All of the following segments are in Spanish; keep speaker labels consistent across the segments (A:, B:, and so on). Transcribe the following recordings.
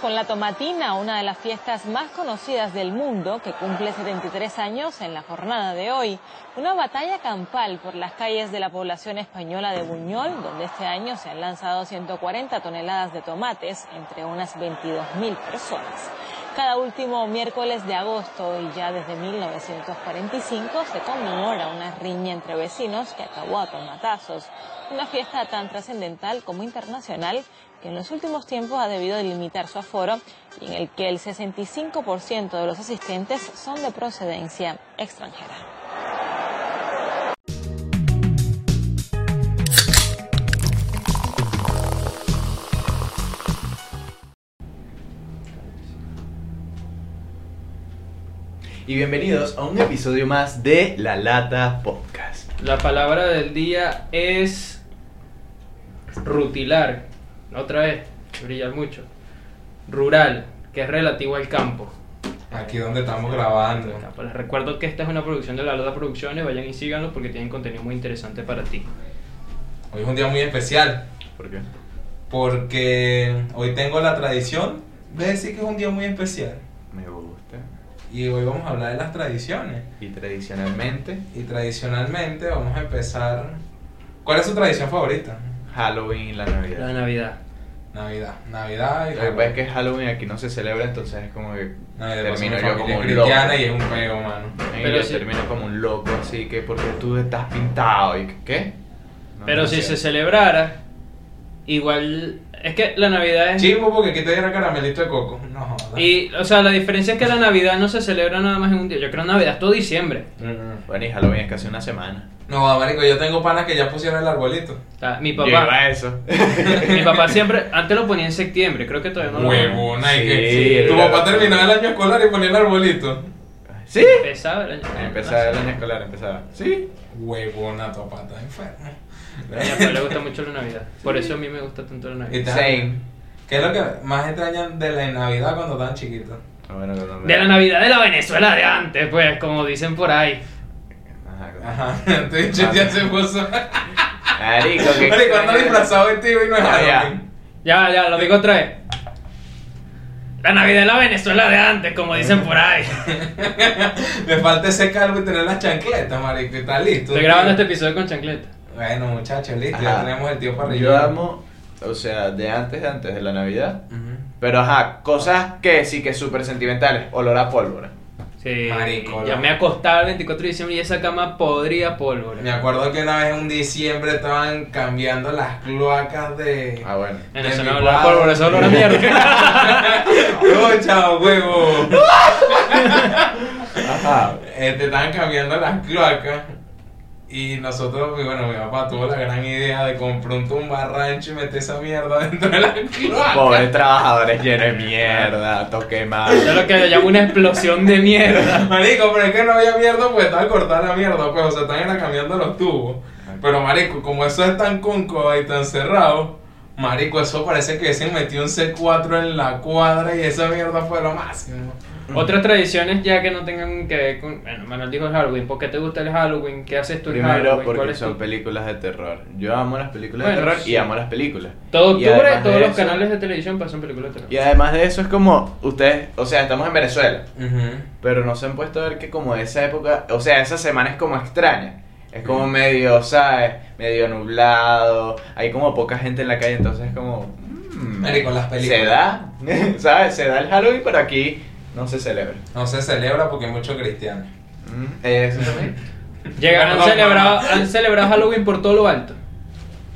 A: Con la tomatina, una de las fiestas más conocidas del mundo, que cumple 73 años en la jornada de hoy, una batalla campal por las calles de la población española de Buñol, donde este año se han lanzado 140 toneladas de tomates entre unas 22.000 personas. Cada último miércoles de agosto y ya desde 1945 se conmemora una riña entre vecinos que acabó a tomatazos, una fiesta tan trascendental como internacional que en los últimos tiempos ha debido limitar su aforo y en el que el 65% de los asistentes son de procedencia extranjera.
B: y bienvenidos a un episodio más de La Lata Podcast.
C: La palabra del día es rutilar. Otra vez, brillar mucho. Rural, que es relativo al campo.
D: Aquí donde estamos grabando.
C: Al campo. Les recuerdo que esta es una producción de La Lata Producciones. Vayan y síganlos porque tienen contenido muy interesante para ti.
D: Hoy es un día muy especial
B: ¿Por qué?
D: porque hoy tengo la tradición de decir que es un día muy especial.
B: Me gusta.
D: Y hoy vamos a hablar de las tradiciones.
B: Y tradicionalmente,
D: Y tradicionalmente vamos a empezar... ¿Cuál es su tradición favorita?
B: Halloween y la Navidad.
C: La Navidad.
D: Navidad. Navidad y...
B: Lo que pasa es que Halloween aquí no se celebra, entonces es como que
D: Navidad pasa
B: termino
D: en
B: yo
D: familia
B: como un loco.
D: cristiana y es un pego, mano.
B: Y
C: Pero
B: yo
C: si-
B: termino como un loco, así que porque tú estás pintado y que- qué. No,
C: Pero
B: no
C: si
B: sé.
C: se celebrara, igual. Es que la Navidad es.
D: Chivo porque aquí te dieron caramelito de coco. No jodas.
C: Y, o sea, la diferencia es que la Navidad no se celebra nada más en un día. Yo creo que Navidad es todo diciembre.
D: Mm.
B: Bueno, y Halloween es casi una semana.
D: No, marico, yo tengo panas que ya pusieron el arbolito.
C: O sea, mi
B: Yo iba
C: papá.
B: a eso.
C: mi papá siempre. Antes lo ponía en septiembre. Creo que todavía no lo
D: Huevona, y
B: Sí,
D: que... Tu
B: claro.
D: papá terminó el año escolar y ponía el arbolito.
B: ¿Sí?
C: Empezaba el año. eh,
B: Empezaba el año escolar, empezaba. ¿Sí?
D: Huevona, tu papá está enfermo.
C: A mi papá le gusta mucho la Navidad. Por eso a mí me gusta tanto la Navidad.
D: Y-
B: Same.
D: ¿Qué es lo que más extrañan de la Navidad cuando están chiquitos?
B: Ah, bueno, no, no.
C: De la Navidad de la Venezuela de antes, pues, como dicen por ahí.
B: Ajá, claro.
D: Ajá, te dicho ya se puso.
B: Marico, que
D: Marico, anda disfrazado de tío y no es
B: Ah, ya.
D: Halloween.
C: Ya, ya, lo digo otra vez. La Navidad de la Venezuela de antes, como dicen por ahí.
D: Le falta ese calvo y tener las chancletas, marico, y está listo.
C: Estoy grabando este episodio con chancleta.
B: este-
D: Bueno, muchachos, listo,
B: Ajá.
D: ya tenemos el tío para
B: Yo amo, o sea, de antes de antes de la Navidad. Pero ajá, cosas que sí que súper sentimentales. Olor a pólvora.
C: Sí.
D: Marico,
C: ya
D: no.
C: me acostaba el 24 de diciembre y esa cama podría pólvora.
D: Me acuerdo que una vez en diciembre estaban cambiando las cloacas de.
B: Ah, bueno.
C: En
D: de
C: eso
D: mi
C: no hablaba
D: cuadro.
C: pólvora, eso olor a mierda.
D: ¡Oh, chao, huevo!
B: Ajá.
D: Eh, te estaban cambiando las cloacas y nosotros, y bueno, mi papá tuvo la gran idea de comprar un tumbarrancho y meter esa mierda dentro de las cloacas.
B: Pobres trabajadores llenos de mierda, toque
C: Eso es
B: mal.
C: lo que yo llamo una explosión de mierda.
D: Marico, pero es que no había mierda porque estaba cortada la mierda, pues, o sea, están era cambiando los tubos. Pero marico, como eso es tan cóncavo y tan cerrado, marico, eso parece que se metió un C4 en la cuadra y esa mierda fue lo máximo.
C: Otras tradiciones ya que no tengan que ver con... Bueno, Manuel dijo el Halloween. ¿Por qué te gusta el Halloween? ¿Qué haces tú en
B: Primero
C: Halloween? ¿Cuál
B: porque
C: es
B: son
C: tu-
B: películas de terror. Yo amo las películas de
C: Bueno,
B: terror
C: sí.
B: y amo las películas.
C: Todo
B: Y
C: octubre
B: además
C: todos
B: de
C: los
B: eso-
C: canales de televisión pasan películas de terror.
B: Y además de eso es como, ustedes, o sea, estamos en Venezuela.
D: Ujú.
B: Pero no se han puesto a ver que como esa época, o sea, esa semana es como extraña. Es
D: Mm.
B: como medio, ¿sabes? Medio nublado. Hay como poca gente en la calle, entonces es como... mm,
D: Marico, las películas.
B: Se da, ¿sabes? Se da el Halloween, pero aquí no se celebra.
D: No se celebra porque hay muchos cristianos.
B: Mm,
D: Eh,
B: Eso también.
C: Llegan, han,
D: Perdón,
C: celebrado,
D: mamá.
C: han celebrado Halloween por todo lo alto.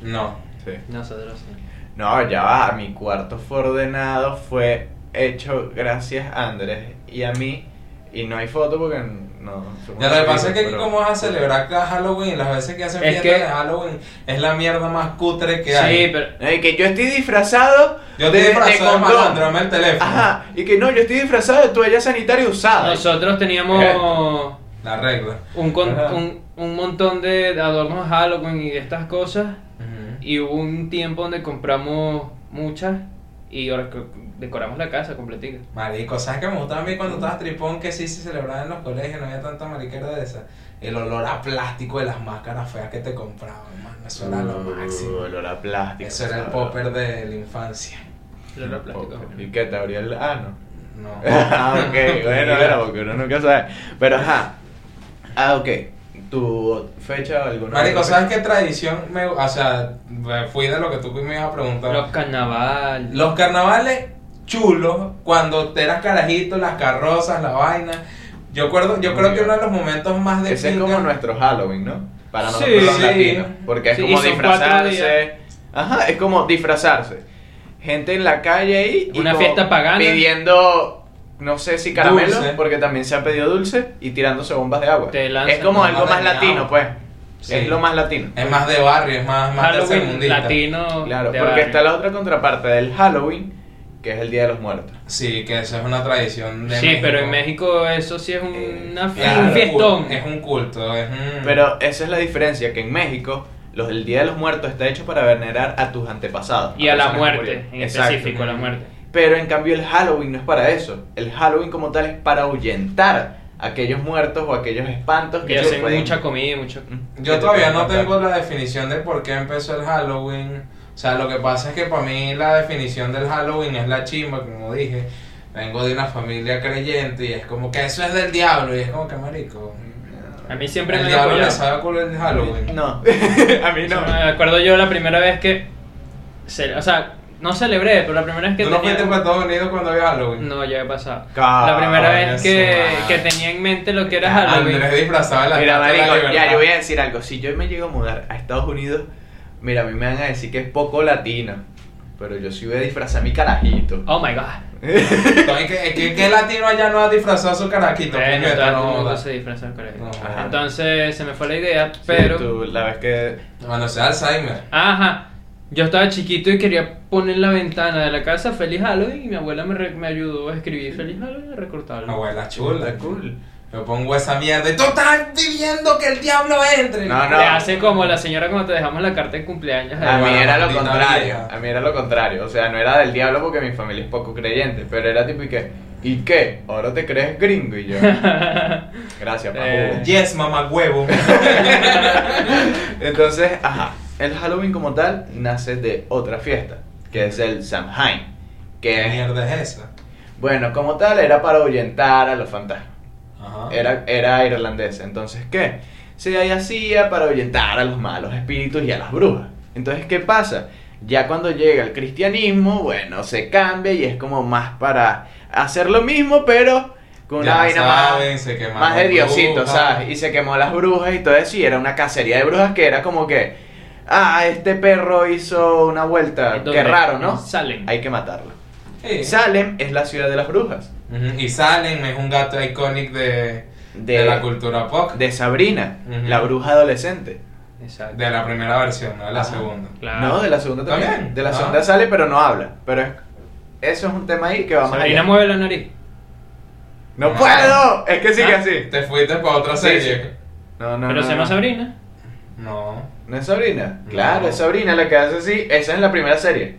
D: No.
B: Sí.
C: Nosotros sí.
B: No, ya va. Mi cuarto fue ordenado, fue hecho gracias a Andrés y a mí. Y no hay foto porque no... somos
D: Ya lo que pasa es que aquí
B: pero-
D: como vas a celebrar acá Halloween, las veces que hacen
C: Es
D: fiestas
C: que-
D: de Halloween es la mierda más cutre que hay.
C: Sí, pero...
B: No, y que yo estoy disfrazado
D: Yo te disfrazado de
B: condón.
D: malandro, dame el teléfono.
B: Ajá, y que no, yo estoy disfrazado de toalla sanitaria usada.
C: Nosotros teníamos...
D: La regla.
C: un, con-
B: Ajá.
C: un, un montón de adornos de Halloween y de estas cosas. Y hubo un tiempo donde compramos muchas y ahora co- decoramos la casa completita.
D: Marico, ¿sabes qué me gustaba a mí cuando estabas tripón? Que sí se celebraba en los colegios, no había tanta mariquera de esa. El olor a plástico de las máscaras feas que te compraban, mano. Eso era lo
B: Uh,
D: máximo.
B: olor a plástico.
D: Eso era el
B: ¿sabes?
D: popper de la infancia.
C: Flor de plástico.
B: ¿Y qué? ¿Te abría el ano?
C: No.
B: ah, ok, bueno, era porque uno nunca sabe. Pero ajá. Ah, ok. ¿Tu fecha o alguna?
D: Marico,
B: otra
D: ¿sabes qué tradición me O sea, me fui de lo que tú me ibas a preguntar.
C: Los carnavales.
D: Los carnavales chulos, cuando te eras carajito, las carrozas, la vaina. Yo acuerdo, yo
B: Muy
D: creo que
B: bien.
D: uno de los momentos más de
B: fecha? Ese es
D: pinga-
B: como nuestro Halloween, ¿no? Para
C: Sí,
B: nosotros los
D: sí.
B: latinos. Porque es
C: Sí, y
B: como
C: son cuatro días.
B: disfrazarse. Ajá, es como disfrazarse. Gente en la calle ahí. y
C: Una
B: como
C: fiesta pagana.
B: Pidiendo. No sé si caramelo,
D: Dulce.
B: porque también se ha pedido dulce y tirándose bombas de agua.
C: Te lanzan
B: es como
D: una
B: algo más
D: bomba de
B: latino,
D: agua.
B: pues.
D: Sí.
B: Es lo más latino.
D: Es más de barrio, es más, más
C: Halloween
D: tercermundista.
C: latino.
B: Claro,
C: de
B: porque
C: barrio.
B: está la otra contraparte del Halloween, que es el Día de los Muertos.
D: Sí, que eso es una tradición de
C: Sí, pero en México eso sí es una,
D: Es
B: Claro.
C: un
D: un
C: fiestón.
D: culto, Es un culto, es
C: Mm.
D: un...
B: Pero esa es la diferencia, que en México los, el Día de los Muertos está hecho para venerar a tus antepasados.
C: Y a
B: personas
C: la
B: que
C: muerte,
B: murieron.
C: en
B: Exacto.
C: específico, a la muerte.
B: Pero en cambio el Halloween no es para eso. El Halloween como tal es para ahuyentar a aquellos muertos o aquellos espantos
C: Y
B: que se
C: hacen
B: pueden... ¿Mm?
C: mucha comida y mucho.
B: que
D: Yo
B: te
D: todavía
B: pueden
D: no
B: matar.
D: tengo la definición de por qué empezó el Halloween. O sea, lo que pasa es que para mí la definición del Halloween es la chimba, como dije. Vengo de una familia creyente y es como que eso es del diablo y es como que marico.
C: A mí siempre
D: el
C: me
D: diablo le
C: apoyaron.
D: sabe a culo el Halloween.
B: No, a mí no.
C: Me acuerdo yo la primera vez que. ce- o sea, no celebré, pero la primera vez que
D: ¿Tú no
C: tenía-
D: fuiste para Estados Unidos cuando había Halloween?
C: No, ya he pasado.
B: Coño,
C: la primera vez que,
D: su
C: que
D: madre.
C: tenía en mente lo que era Halloween.
D: Andrés disfrazado de la
B: Mira,
D: Estatua de la
B: marico, ya
D: Libertad.
B: yo voy a decir algo. Si yo me llego a mudar a Estados Unidos, mira, a mí me van a decir que es poco latino. Pero yo sí voy a disfrazar mi carajito.
C: Oh my god.
D: Entonces, ¿qué- qué- qué latino allá no ha disfrazado su carajito?
C: Bueno,
D: puñeta?
C: todo el
D: No,
C: mundo
D: joda.
C: se disfraza del colegio.
D: No.
B: Ajá.
C: Entonces se me fue la idea,
B: Sí,
C: pero.
B: tú, la vez que
D: Bueno, sea Alzheimer.
C: Ajá. Yo estaba chiquito y quería poner en la ventana de la casa Feliz Halloween y mi abuela me, re- me ayudó a escribir Feliz Halloween y a
B: Ah,
C: recortarlo.
D: Abuela chula.
B: Está cool.
D: Yo pongo esa mierda y tú estás pidiendo que el diablo entre.
B: No, no.
C: Te hace como la señora cuando te dejamos la carta de cumpleaños.
B: A mí
D: Bueno,
B: era lo
D: maldita
B: contrario,
D: vieja.
B: a mí era lo contrario, o sea, no era del diablo porque mi familia es poco creyente, pero era tipo y que, ¿y qué? Ahora te crees gringo y yo. Gracias, papu.
C: Eh.
D: Yes, mamá huevo.
B: Entonces, ajá, el Halloween como tal nace de otra fiesta, que es el Samhain,
D: ¿Qué
B: que es,
D: mierda es esa?
B: bueno, como tal era para ahuyentar a los fantasmas.
D: Ajá.
B: Era, era irlandesa. Entonces, ¿qué? Se hacía para ahuyentar a los malos espíritus y a las brujas. Entonces, ¿qué pasa? Ya cuando llega el cristianismo, bueno, se cambia y es como más para hacer lo mismo, pero con una
D: Ya
B: vaina
D: saben,
B: más,
D: se quemaron
B: más de Diosito,
D: brujas.
B: ¿sabes? Y se quemó las brujas y todo eso, y era una cacería de brujas que era como que, ah, este perro hizo una vuelta,
C: ¿Dónde?
B: Ah, qué raro, ¿no?
C: Salen.
B: Hay que matarlo.
D: Sí.
B: Salem es la ciudad de las brujas,
D: Ujú, Y Salem es un gato icónico de, de,
B: De-
D: la cultura pop. De,
B: de Sabrina,
D: Ujú.
B: la bruja adolescente.
C: Exacto.
D: la primera versión, no de la
B: Ajá.
D: segunda.
C: Claro.
B: No, de la segunda también.
D: También.
B: De la
D: Ah.
B: segunda sale, pero no habla. Pero es- eso es un tema ahí que vamos a
C: Sabrina mueve la nariz.
B: ¡No puedo! Es que sigue
C: Ah.
B: así.
D: Te fuiste para otra
B: Sí,
D: serie.
B: sí. No, no,
C: pero
B: no,
C: se llama
B: no.
C: Sabrina.
D: No.
B: ¿No es Sabrina?
D: No.
B: Claro, es Sabrina la que hace así. Esa es la primera serie.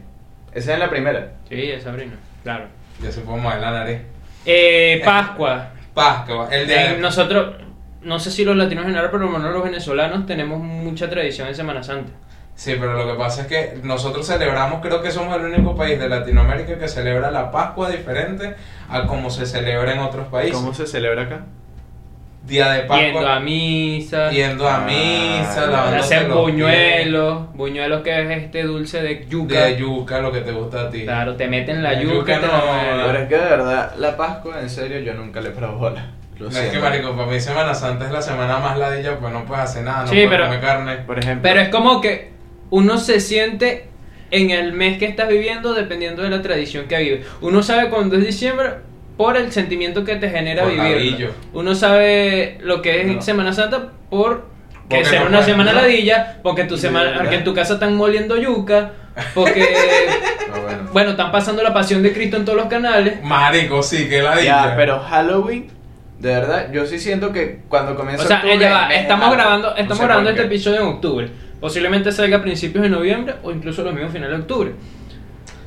B: Esa es la primera.
C: Sí, es Sabrina. Claro.
D: Yo supongo mover la nariz.
C: Eh, Pascua.
D: Pascua. El
C: Eh,
D: de.
C: nosotros, no sé si los latinos en general, pero por lo menos los venezolanos tenemos mucha tradición en Semana Santa.
D: Sí, pero lo que pasa es que nosotros celebramos, creo que somos el único país de Latinoamérica que celebra la Pascua diferente a como se celebra en otros países.
B: ¿Cómo se celebra acá?
D: Día de Pascua,
C: Yendo a misa.
D: yendo a
B: Ah,
D: misa,
B: dándose
C: Hacer
D: lavándote los
C: buñuelos. Buñuelos que es este dulce de
D: pies.
C: yuca.
D: De yuca, lo que te gusta a ti.
C: Claro, te meten la
D: La
C: yuca.
D: yuca
C: te la
D: no.
C: mueven.
B: Pero es que de verdad, la Pascua, en serio, yo nunca le paro bola. Lo
D: No, es
B: siento.
D: que, marico, para mí Semana Santa es la semana más ladilla, pues no puedes hacer nada, no
C: Sí,
D: puedes
C: pero-
D: comer carne.
B: Por ejemplo.
C: Pero es como que uno se siente en el mes que estás viviendo dependiendo de la tradición que vive. Uno sabe cuándo es diciembre por el sentimiento que te genera
D: Por
C: vivir.
D: ladillo.
C: Uno sabe lo que es
D: No.
C: Semana Santa por que
D: Porque
C: sea
D: no
C: una
D: puedes,
C: semana
D: ¿no?
C: ladilla, porque tu
B: Sí,
C: semana,
B: ¿verdad?
C: porque en tu casa están moliendo yuca, porque
B: No, bueno.
C: bueno, están pasando la pasión de Cristo en todos los canales.
D: Marico, sí, que ladilla.
B: Ya, pero Halloween, de verdad, yo sí siento que cuando
C: O
B: comienza
C: sea,
B: octubre,
C: ya va,
B: el mes de
C: estamos
B: Halloween.
C: grabando,
B: No
C: estamos
B: sé
C: grabando
B: por
C: este
B: qué.
C: episodio en octubre. Posiblemente salga a principios de noviembre o incluso los mismos finales de octubre.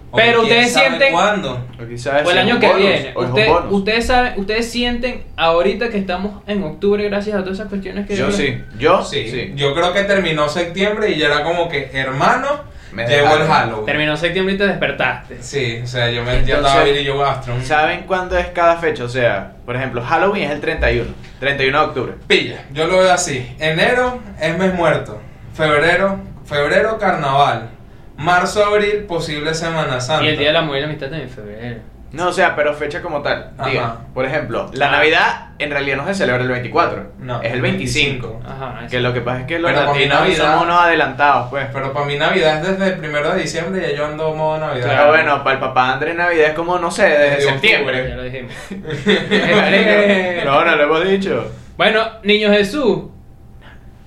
D: O
C: pero
D: quién
C: ustedes
D: sabe
C: sienten-
D: ¿Cuándo?
B: O quizás
C: O el
B: es
C: año
B: un
C: que
B: bonus,
C: viene.
B: o es un
C: Usted-
B: bonus.
C: ustedes saben, ustedes sienten ahorita que estamos en octubre gracias a todas esas cuestiones que
B: Yo sí, yo
D: Sí.
B: sí.
D: Yo creo que terminó septiembre y ya era como que, hermano,
B: Me
D: Llegó el
B: dejaron.
D: Halloween.
C: Terminó septiembre y te despertaste.
D: Sí, o sea, yo me yo
B: Entonces,
D: estaba bien y yo Astron.
B: ¿Saben cuándo es cada fecha? O sea, por ejemplo, Halloween es el 31, 31 de octubre.
D: Pilla, yo lo veo así. Enero es mes muerto. Febrero, febrero carnaval. Marzo, abril, posible Semana Santa.
C: Y el día de la mujer y la amistad también en febrero.
B: No, o sea, pero fecha como tal.
D: Ajá.
B: Diga, por ejemplo, la
C: Ah.
B: Navidad en realidad no se celebra el 24,
D: No,
B: es el 25.
C: Ajá.
B: Que lo que pasa es que los
D: Pero con mi
B: latinos
D: Navidad-
B: somos unos adelantados, pues.
D: Pero para mí Navidad es desde el primero de diciembre y ya yo ando modo Navidad.
B: Pero bueno, para el papá Andrés Navidad es como, no sé,
D: Desde
B: desde
D: octubre.
B: septiembre.
C: Ya lo dijimos.
B: Marico, no, no lo hemos dicho.
C: Bueno, Niño Jesús.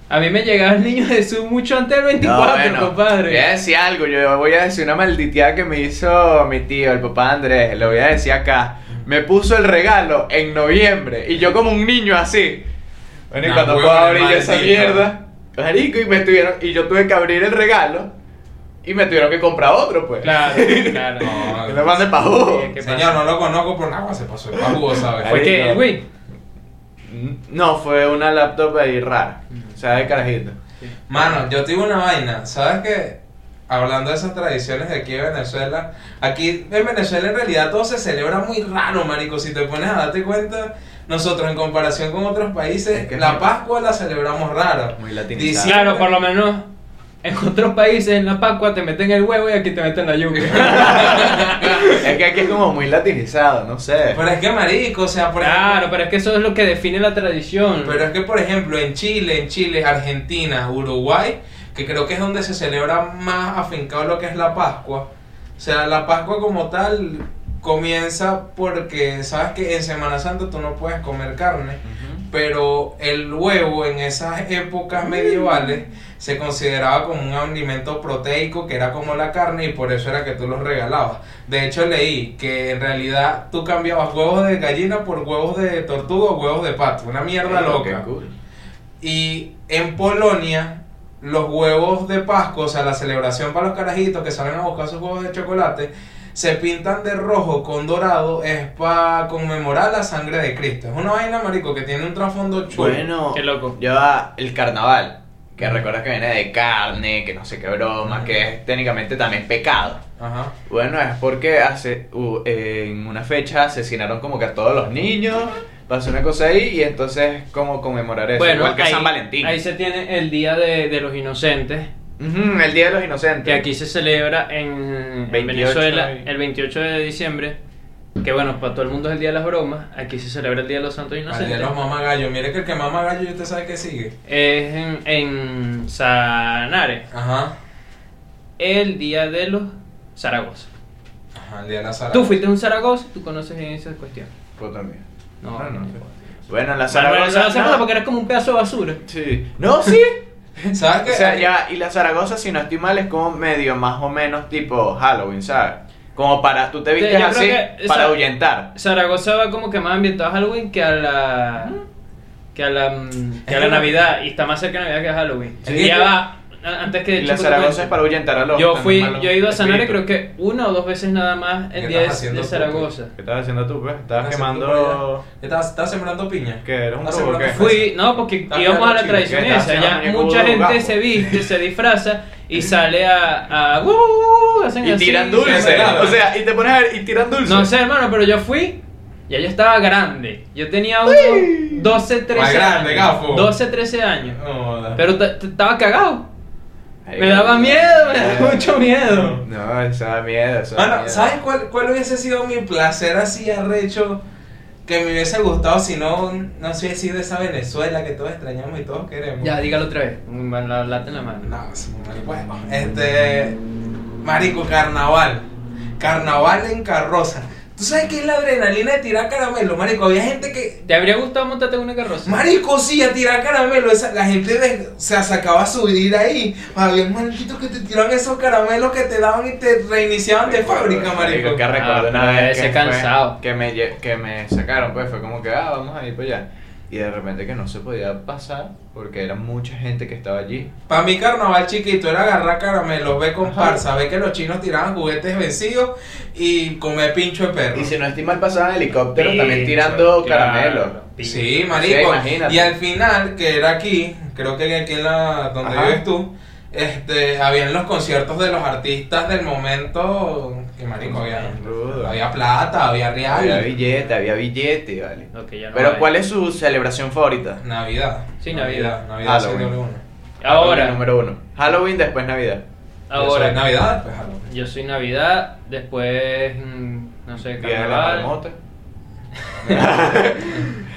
C: A mí me llegaba el Niño Jesús mucho antes del 24, compadre.
B: Voy a decir algo, yo voy a decir una malditeada que me hizo mi tío, el papá Andrés, lo voy a decir acá. Me puso el regalo en noviembre y yo como un niño así. Bueno, y
D: Nah,
B: cuando
D: huevo
B: puedo
D: de
B: abrir
D: maldito.
B: esa mierda, marico, y me tuvieron y yo tuve que abrir el regalo y me tuvieron que comprar otro, pues.
C: Claro, claro.
D: No,
B: Que lo mande pa' jugo.
C: ¿Qué pasa?
D: Señor, no lo conozco por nada, se pasó el jugo, ¿sabes?
C: Fue que,
B: Marico.
C: güey.
B: No, fue una laptop ahí rara. O sea, de carajito.
D: Mano, yo tengo una vaina. ¿Sabes qué? Hablando de esas tradiciones de aquí de Venezuela, aquí en Venezuela en realidad todo se celebra muy raro, marico. Si te pones a darte cuenta, nosotros en comparación con otros países,
B: Es que es
D: la
B: muy-
D: Pascua la celebramos raro.
B: Muy latinizado.
D: Diciembre-
C: Claro, por lo menos en otros países en la Pascua te meten el huevo y aquí te meten la yuca.
B: es que aquí es como muy latinizado, no sé.
D: Pero es que marico, o sea, por
C: claro,
D: ejemplo,
C: pero es que eso es lo que define la tradición.
D: pero es que por ejemplo en Chile, en Chile, Argentina, Uruguay, que creo que es donde se celebra más afincado lo que es la Pascua. O sea, la Pascua como tal comienza porque sabes que en Semana Santa tú no puedes comer carne,
B: Ujú.
D: pero el huevo en esas épocas medievales se consideraba como un alimento proteico que era como la carne y por eso era que tú los regalabas. De hecho leí que en realidad tú cambiabas huevos de gallina por huevos de tortuga o huevos de pato, una mierda
B: Ey,
D: loca.
B: qué cool.
D: Y en Polonia, los huevos de Pascua, o sea, la celebración para los carajitos que salen a buscar sus huevos de chocolate, se pintan de rojo con dorado, es para conmemorar la sangre de Cristo. Es una vaina, marico, que tiene un trasfondo chulo.
B: Bueno,
C: Qué loco.
B: lleva el carnaval, que recuerdas que viene de carne, que no sé qué broma,
D: Ujú.
B: que es técnicamente también pecado.
D: Ajá.
B: Bueno, es porque hace u- en una fecha asesinaron como que a todos los niños, pasó una cosa ahí y entonces como conmemorar eso,
C: bueno,
B: igual que
C: ahí,
B: San Valentín.
C: ahí se tiene el Día de, de los Inocentes,
B: Ujú, el Día de los Inocentes.
C: que aquí se celebra en, en
B: 28
C: Venezuela
B: ahí.
C: el 28 de diciembre, que bueno, para todo el mundo es el Día de las Bromas, aquí se celebra el Día de los Santos
D: Al
C: Inocentes.
D: de los mamagallos, mire que el que mama gallo, y usted sabe que sigue.
C: Es en, en Sanare,
D: Ajá.
C: el Día de los Zaragoza.
D: Ajá, el día de la Sara.
C: Tú fuiste a un Zaragoza, tú conoces bien esa cuestión.
B: Puta mierda.
C: No,
B: No, no,
C: no.
B: sí. Pues Bueno, la
C: O sea, bueno,
B: Zaragoza...
C: no se acuerda
B: no.
C: porque era como un pedazo de basura.
B: Sí. No, sí.
D: ¿Sabes
B: O
D: qué?
B: sea, ya, y la Zaragoza, si no estoy mal, es como medio más o menos tipo Halloween, ¿sabes? Como para, tú te
C: Sí,
B: vistes
C: yo
B: así
C: creo que
B: para
C: esa-
B: ahuyentar.
C: Zaragoza va como que más ambientado a Halloween que a la. que a la. mm, que a la Navidad. Y está más cerca de Navidad que a Halloween.
D: Sí.
C: Y ya va. a- Antes que.
B: Y la
C: Chico te
B: Zaragoza
C: cuente.
B: es para ahuyentar a los
C: Yo fui,
B: malos
C: yo he ido a Sanare creo
B: espíritus.
C: que una o dos veces nada más
D: ¿Qué
C: el día de,
D: estás haciendo
C: de
D: tú,
C: Zaragoza.
B: ¿Qué estabas haciendo tú, pues? Estabas
D: Estás
B: quemando...
D: ¿Estás, estás sembrando piña?
B: ¿Qué? ¿Eres un
D: Estás
B: robo,
D: sembrando
B: qué?
D: fresa.
C: Fui, no, porque
D: Estás
C: íbamos a la
D: mirando
C: tradición
B: chino, ¿qué?
C: esa,
B: Estás
C: ya
B: haciendo
C: mucha
B: muñeco
C: gente
B: gajo.
C: se viste, se disfraza y sale a... a- uh, uh, uh, hacen
B: Y
C: así,
B: tiran
D: sí,
B: dulce.
D: claro.
B: O sea, y te pones a ver y tiran dulce.
C: No sé, hermano, pero yo fui. Ya yo estaba grande. Yo tenía unos 12, 13
D: Más grande,
C: años.
D: gafo. Ah.
C: 12, 13 años.
D: No, joda.
C: Pero t- t- estaba cagado.
B: Ay,
C: me daba miedo, me daba mucho miedo.
B: Eh. No, eso da miedo, eso da
D: Mano,
B: miedo.
D: ¿sabes cuál, cuál hubiese sido mi placer así arrecho? Que me hubiese gustado si no, no se hubiese sido esa Venezuela que todos extrañamos y todos queremos.
C: Ya, dígalo otra vez. Mm, La lata en la mano.
D: No, es un marico. Bueno, este. Marico, carnaval. Carnaval en carroza. ¿Tú sabes qué es la adrenalina de tirar caramelo, marico? Había gente que.
C: ¿Te habría gustado montarte en una carroza?
D: Marico, sí, a tirar caramelo. Esa- la gente de- o sea, sacaba a subir ahí. Había malditos que te tiraban esos caramelos que te daban y te reiniciaban de fábrica, marico.
B: Que recuerdo
C: Ah,
B: una
C: pero
B: vez
C: ese
B: que, fue-
C: cansado.
B: que, me, lle- que me sacaron, pues fue como que, ah, vamos a ir para allá. Y de repente que no se podía pasar porque era mucha gente que estaba allí.
D: Para mí carnaval chiquito era agarrar caramelos, ver comparsa, ver que los chinos tiraban juguetes vencidos y comer pincho de perro.
B: Y si no estoy mal, pasaban helicópteros también
C: Pincho,
B: tirando
C: claro.
B: caramelos.
D: Sí,
B: O sea,
D: marico.
B: imagínate.
D: y al final, que era aquí, creo que aquí en la donde
B: Ajá.
D: vives tú, este, habían los conciertos de los artistas del momento, que marico, había,
B: Rudo.
D: había plata, había real,
B: Había billete, había billete, vale.
C: Lo que ya no
B: Pero
C: hay.
B: ¿cuál es su celebración favorita?
D: Navidad.
C: Sí, Navidad.
D: Navidad,
B: Halloween.
D: siendo uno.
B: Halloween
C: Ahora,
B: número uno. Halloween, después Navidad.
D: Ahora.
C: ahora.
D: Navidad, pues Halloween.
C: Yo soy Navidad, después, mm, no sé,
B: Día de la
C: carnaval.
B: marmota.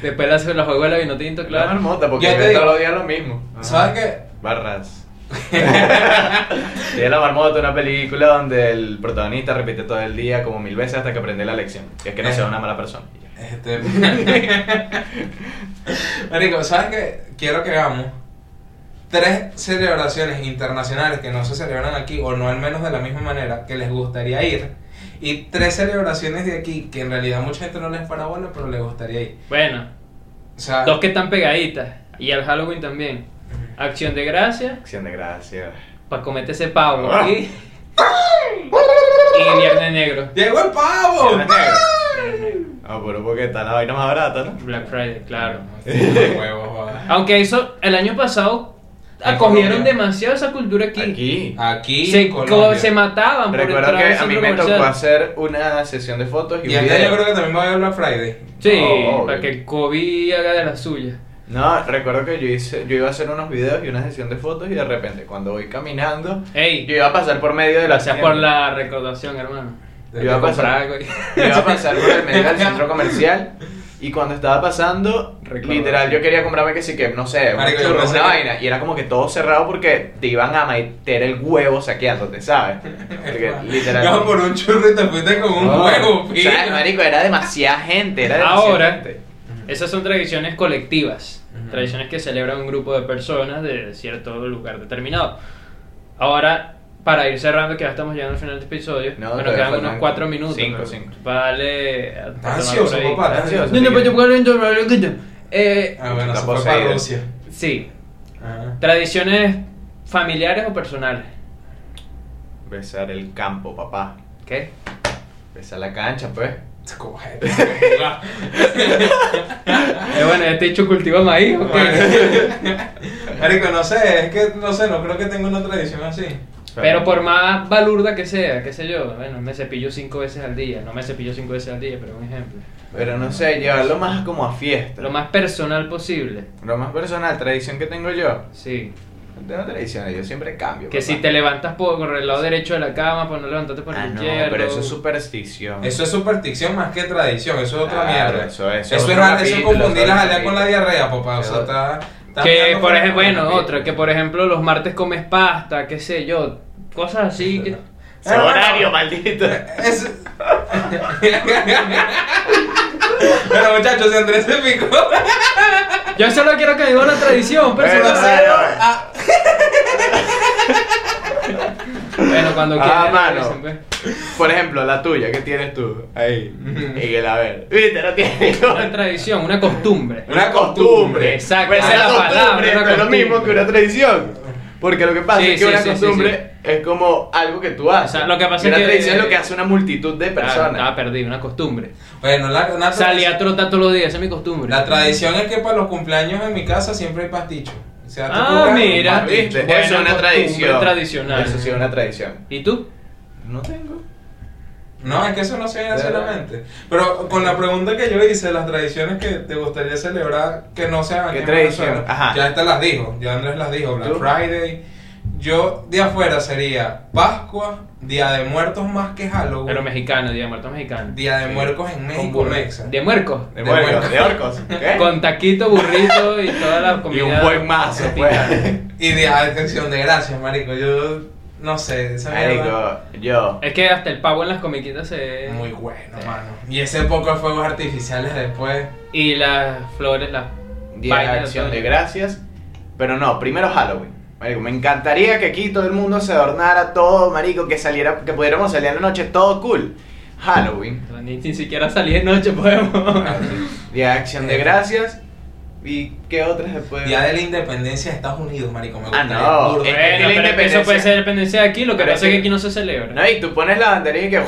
C: Después la, la juego de la vino tinto,
B: La
C: claro.
B: marmota, porque
D: Ya te
B: ven
D: digo.
B: todos los días lo mismo.
D: ¿Sabes qué?
B: Barras. Día de la marmota, una película donde el protagonista repite todo el día como mil veces hasta que aprende la lección. Que es que no sea una mala persona.
D: Este. Marico, ¿sabes qué? Quiero que hagamos tres celebraciones internacionales que no se celebran aquí, o no al menos de la misma manera, que les gustaría ir. Y tres celebraciones de aquí que en realidad mucha gente no les para bola, pero les gustaría ir.
C: Bueno,
D: O sea,
C: dos que están pegaditas. Y al Halloween también. Acción de gracia,
B: Acción de gracias.
C: para comerte ese pavo.
B: Ah.
C: Y, y Viernes Negro.
D: ¡Llegó el pavo!
B: Ah, pero porque está la vaina más barata, ¿no?
C: Black Friday, claro.
D: Huevos, joda.
C: Aunque eso, el año pasado,
D: En
C: acogieron
D: Colombia.
C: demasiado esa cultura aquí.
B: Aquí.
D: Aquí,
C: se, co-
D: Colombia.
C: se mataban por
B: Recuerdo
C: entrar al
B: que a mí
C: centro
B: me tocó
C: comercial.
B: hacer una sesión de fotos y,
D: Y
B: un
D: acá
B: video.
D: yo creo que también va a haber Black Friday.
C: Sí,
B: Oh,
C: para
B: obvio.
C: que el COVID haga de la suya.
B: No, recuerdo que yo hice, yo iba a hacer unos videos y una sesión de fotos y de repente cuando voy caminando, yo
C: Ey,
B: iba a pasar por medio de la
C: gracias por la recordación, hermano.
B: Yo iba a
C: Comprar
B: pasar,
C: algo y-
B: yo iba a pasar por el medio del centro comercial y cuando estaba pasando,
C: Recuerdo.
B: literal yo quería comprarme que sí que no sé, un
D: Marico, yo
B: churro,
D: pensé
B: una
D: que-
B: vaina y era como que todo cerrado porque te iban a meter el huevo saqueándote, ¿sabes? Porque literal Oh.
D: Yo por un churro y te fuiste con un
B: No,
D: huevo, pila.
B: ¿Sabes, marico? Era demasiada gente, era demasiada
C: Ahora-
B: gente.
C: Esas son tradiciones colectivas,
D: Ujú.
C: tradiciones que celebra un grupo de personas de cierto lugar determinado. Ahora, para ir cerrando, que ya estamos llegando al final del episodio,
B: No,
C: bueno,
B: todavía
C: quedan
B: faltan
C: unos cuatro minutos.
B: cinco,
C: pero
B: cinco. Ah,
C: Para darle. a- a
D: Ansioso,
C: tomar por ahí.
D: papá,
B: Está ansioso.
C: No, no, pero yo puedo hablar dentro de la- Eh,
D: Ah, bueno,
B: Está
D: se fue
B: poseído.
D: para Rusia.
C: Sí,
D: Ah,
C: tradiciones familiares o personales.
B: Besar el campo, papá.
C: ¿Qué?
B: Besar la cancha, pues.
D: Coge.
B: Ah.
C: Eh, bueno, este hecho cultiva maíz. ¿o qué?
D: Marico, no sé, es que no sé, no creo que tenga una tradición así.
C: Pero por más balurda que sea, qué sé yo, bueno, me cepillo cinco veces al día. No me cepillo cinco veces al día, pero un ejemplo.
B: Pero no sé, llevarlo más como a fiesta.
C: Lo más personal posible.
B: Lo más personal, tradición que tengo yo.
C: Sí.
B: No tengo tradiciones, yo siempre cambio.
C: Que
B: papá.
C: si te levantas por, por el lado derecho de la cama, pues no levantarte por
B: Ah,
C: el
B: no,
C: izquierdo.
B: pero eso es superstición.
D: Eso es superstición más que tradición, eso es otra
B: Ah. Claro,
D: mierda.
B: eso es-
D: Eso, es,
B: otro
D: eso es
B: capítulo,
D: confundir
B: otro
D: la jalea
B: capítulo.
D: con la diarrea, papá. O sea,
B: Eso-
D: está. está
C: Que
D: hablando
C: por
D: con-
C: ejemplo, bueno,
D: con-
C: otra, que por ejemplo los martes comes pasta, qué sé yo, cosas así. Que...
B: Ese horario, maldito.
D: Es- Bueno, muchachos, Andrés se picó.
C: Yo solo quiero que viva una tradición pues, personal.
B: Bueno,
D: Ah,
C: Bueno, cuando
B: Ah,
C: quieras.
B: mano.
C: dicen, pues.
B: Por ejemplo, la tuya, ¿qué tienes tú? Ahí. Miguel, a ver. Viste, no tienes
C: Una tradición, una costumbre.
B: Una costumbre.
C: Exacto,
B: Pues es
C: esa es la palabra,
B: costumbre,
C: una
B: pero es lo
C: costumbre.
B: mismo que una tradición. Porque lo que pasa
C: Sí,
B: es que
C: sí,
B: una
C: sí, sí,
B: costumbre es como algo que tú haces.
C: O sea, lo que pasa
B: Y una
C: es que- eh, ah,
B: tradición es lo que hace una multitud de
C: Claro,
B: personas.
C: estaba perdido, una costumbre.
D: Bueno, la, la,
C: Salí a trotar todos los días, esa es mi costumbre.
D: la tradición es que para los cumpleaños en mi casa siempre hay pasticho. O sea, tú
C: Ah,
D: compras un
C: mira.
D: pasticho.
B: ¿Viste?
C: Buena
B: Eso es una
C: costumbre
B: tradición.
C: tradicional.
B: Eso sí es una tradición.
C: ¿Y tú?
B: No tengo.
D: No, es que eso no se ve
B: De verdad.
D: solamente. Pero con la pregunta que yo hice, las tradiciones que te gustaría celebrar que no sean
B: ¿Qué
D: en
B: tradición?
D: Venezuela,
B: Ajá.
D: Ya estas las dijo, ya Andrés las dijo, Black
B: ¿Tú?
D: Friday. Yo de afuera sería Pascua, Día de Muertos más que Halloween,
C: Pero mexicano, Día de Muertos Mexicano.
D: Día de
B: Sí.
D: Muertos en México,
C: burro.
D: Mexa.
C: ¿De muercos?
B: De,
D: De
B: muercos,
D: muercos.
B: de orcos. ¿Qué?
C: Con taquito, burrito y toda la comida.
B: y un buen mazo, pues.
C: mexicana.
D: Y Día de Acción de Gracias, marico. Yo no sé, esa mierda
B: Marico, yo.
C: Es que hasta el pavo en las comiquitas se.
D: muy bueno, mano. Y ese poco de fuegos artificiales después.
C: Y las flores, las.
B: Día de
C: vainas,
B: acción
C: todo.
B: de gracias. Pero no, primero Halloween. Marico, me encantaría que aquí todo el mundo se adornara todo, marico, que saliera, que pudiéramos salir en la noche, todo cool. Halloween.
C: Ni, ni siquiera salí de noche, pues. podemos.
B: Ah, Día de acción de
C: Eh.
B: gracias. ¿Y qué otras después?
D: Día de la Independencia de Estados Unidos, marico. Me
B: Ah,
D: gustaría
B: no,
D: burda.
B: es que
C: Bueno,
B: la
C: pero es que eso
B: independencia-
C: puede ser dependencia de aquí, lo que
B: Pero
C: pasa
B: es
C: es
B: que-
C: que aquí no se celebra.
B: No, y tú pones la banderilla y que.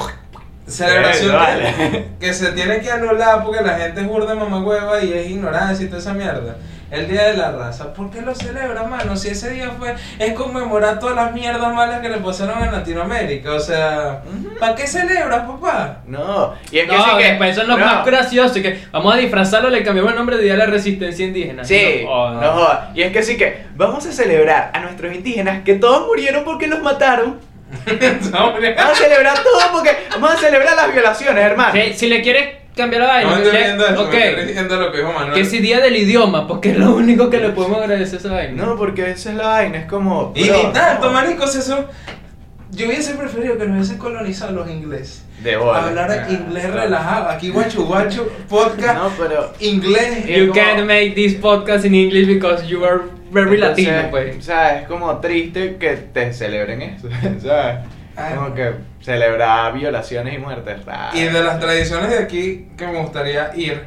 D: Celebración
B: Eso,
D: que-
B: vale.
D: que se tiene que anular porque la gente es burda mamagüeva y es ignorancia y toda esa mierda. El Día de la Raza, ¿por qué lo celebra, mano? Si ese día fue, es conmemorar todas las mierdas malas que le pasaron en Latinoamérica, o sea, ¿para qué celebras, papá?
B: No, y es que sí
C: No,
B: que.
C: después eso es lo
B: no.
C: más gracioso. y Que vamos a disfrazarlo, le cambiamos el nombre de Día de la Resistencia Indígena.
B: Sí,
C: No, oh,
B: no,
C: no.
B: joda. Y es que sí que vamos a celebrar a nuestros indígenas que todos murieron porque los mataron.
D: No, hombre.
B: Vamos a celebrar todo porque vamos a celebrar las violaciones, hermano.
C: Si, si le quieres cambiar la vaina,
D: No me
C: le-
D: estoy riendo de eso,
C: ok,
D: me estoy riendo de lo que dijo Manuel.
C: Que si Día del Idioma, porque es lo único que le podemos agradecer a esa vaina.
B: No, porque esa es la vaina, es como.
D: Y
B: bro,
D: ni tanto,
B: no.
D: maricos, eso. Yo hubiese preferido que nos hubiesen colonizado los ingleses.
B: De bola.
D: Hablar
C: Ah,
D: inglés
B: claro.
D: relajado. Aquí, guachu guachu, podcast,
B: No, Eh, pero.
D: inglés.
B: Y es
C: You
B: como-
C: can't make this podcast in English because you are very
B: Entonces, eh,
C: latino, pues.
B: O sea, es como triste que te celebren eso, ¿sabes?
D: Ay,
B: como
D: no.
B: que celebrar violaciones y muertes. raro.
D: Ah. Y de las tradiciones de aquí que me gustaría ir,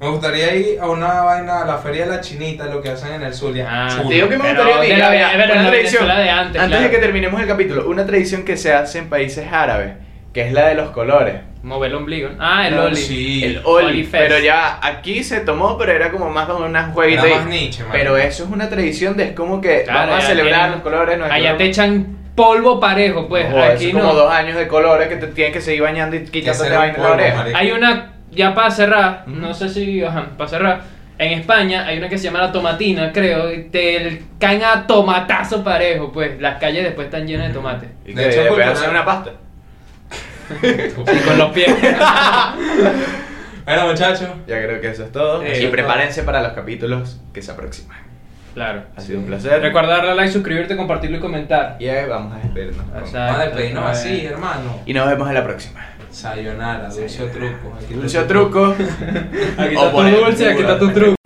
D: me gustaría ir a una vaina, a la feria de la chinita, lo que hacen en el Zulia.
C: Ah,
B: Te digo que me
C: Pero
B: gustaría
C: de
B: mira,
C: la-
B: mira,
C: es verdad,
B: una
C: la
B: tradición.
C: Venezuela de antes,
B: de
C: claro.
B: que terminemos el capítulo, una tradición que se hace en países árabes, que es la de los colores.
C: Mover el ombligo. Ah, el
D: No,
C: Oli.
D: sí.
B: el Oli,
C: Oli Fest.
B: pero ya aquí se tomó, pero era como más como una
D: Era
B: jueguita.
D: más
B: ahí.
D: Nietzsche, man.
B: pero eso es una tradición de es como que
C: Claro,
B: vamos a
C: allá
B: celebrar
C: tienen-
B: los colores. nuestros-
C: Allá te echan polvo parejo, pues.
B: Ojo, eso
C: Aquí
B: es
C: no.
B: como dos años de colores que te tienes que seguir bañando y quitándote
D: será
B: la vaina en la
D: polvo,
B: oreja.
D: marico.
C: Hay una, ya para cerrar,
B: Ujú.
C: no sé si, ajá, para cerrar. En España hay una que se llama la tomatina, creo, y te caen a tomatazo parejo, pues. Las calles después están llenas de tomate.
B: Y
D: De
B: que
D: hecho,
B: después
D: cultural.
B: hacer una pasta.
C: Y con los pies.
D: Bueno, muchachos,
B: Ya creo que eso es todo.
C: Sí,
B: y
C: eso es
B: prepárense para los capítulos que se aproximan.
C: claro.
B: Ha sido un placer.
C: Recuerda darle like, suscribirte, compartirlo y comentar.
B: Y ahí vamos a despedirnos. con-
C: Exacto.
D: vamos a despedirnos
C: otra vez.
D: así, hermano.
B: Y nos vemos en la próxima.
D: Sayonara, dulce o truco. Aquí
B: Dulce o truco.
C: Aquí
B: O
C: está tu
B: por el
C: dulce, aquí
B: culo.
C: está tu truco.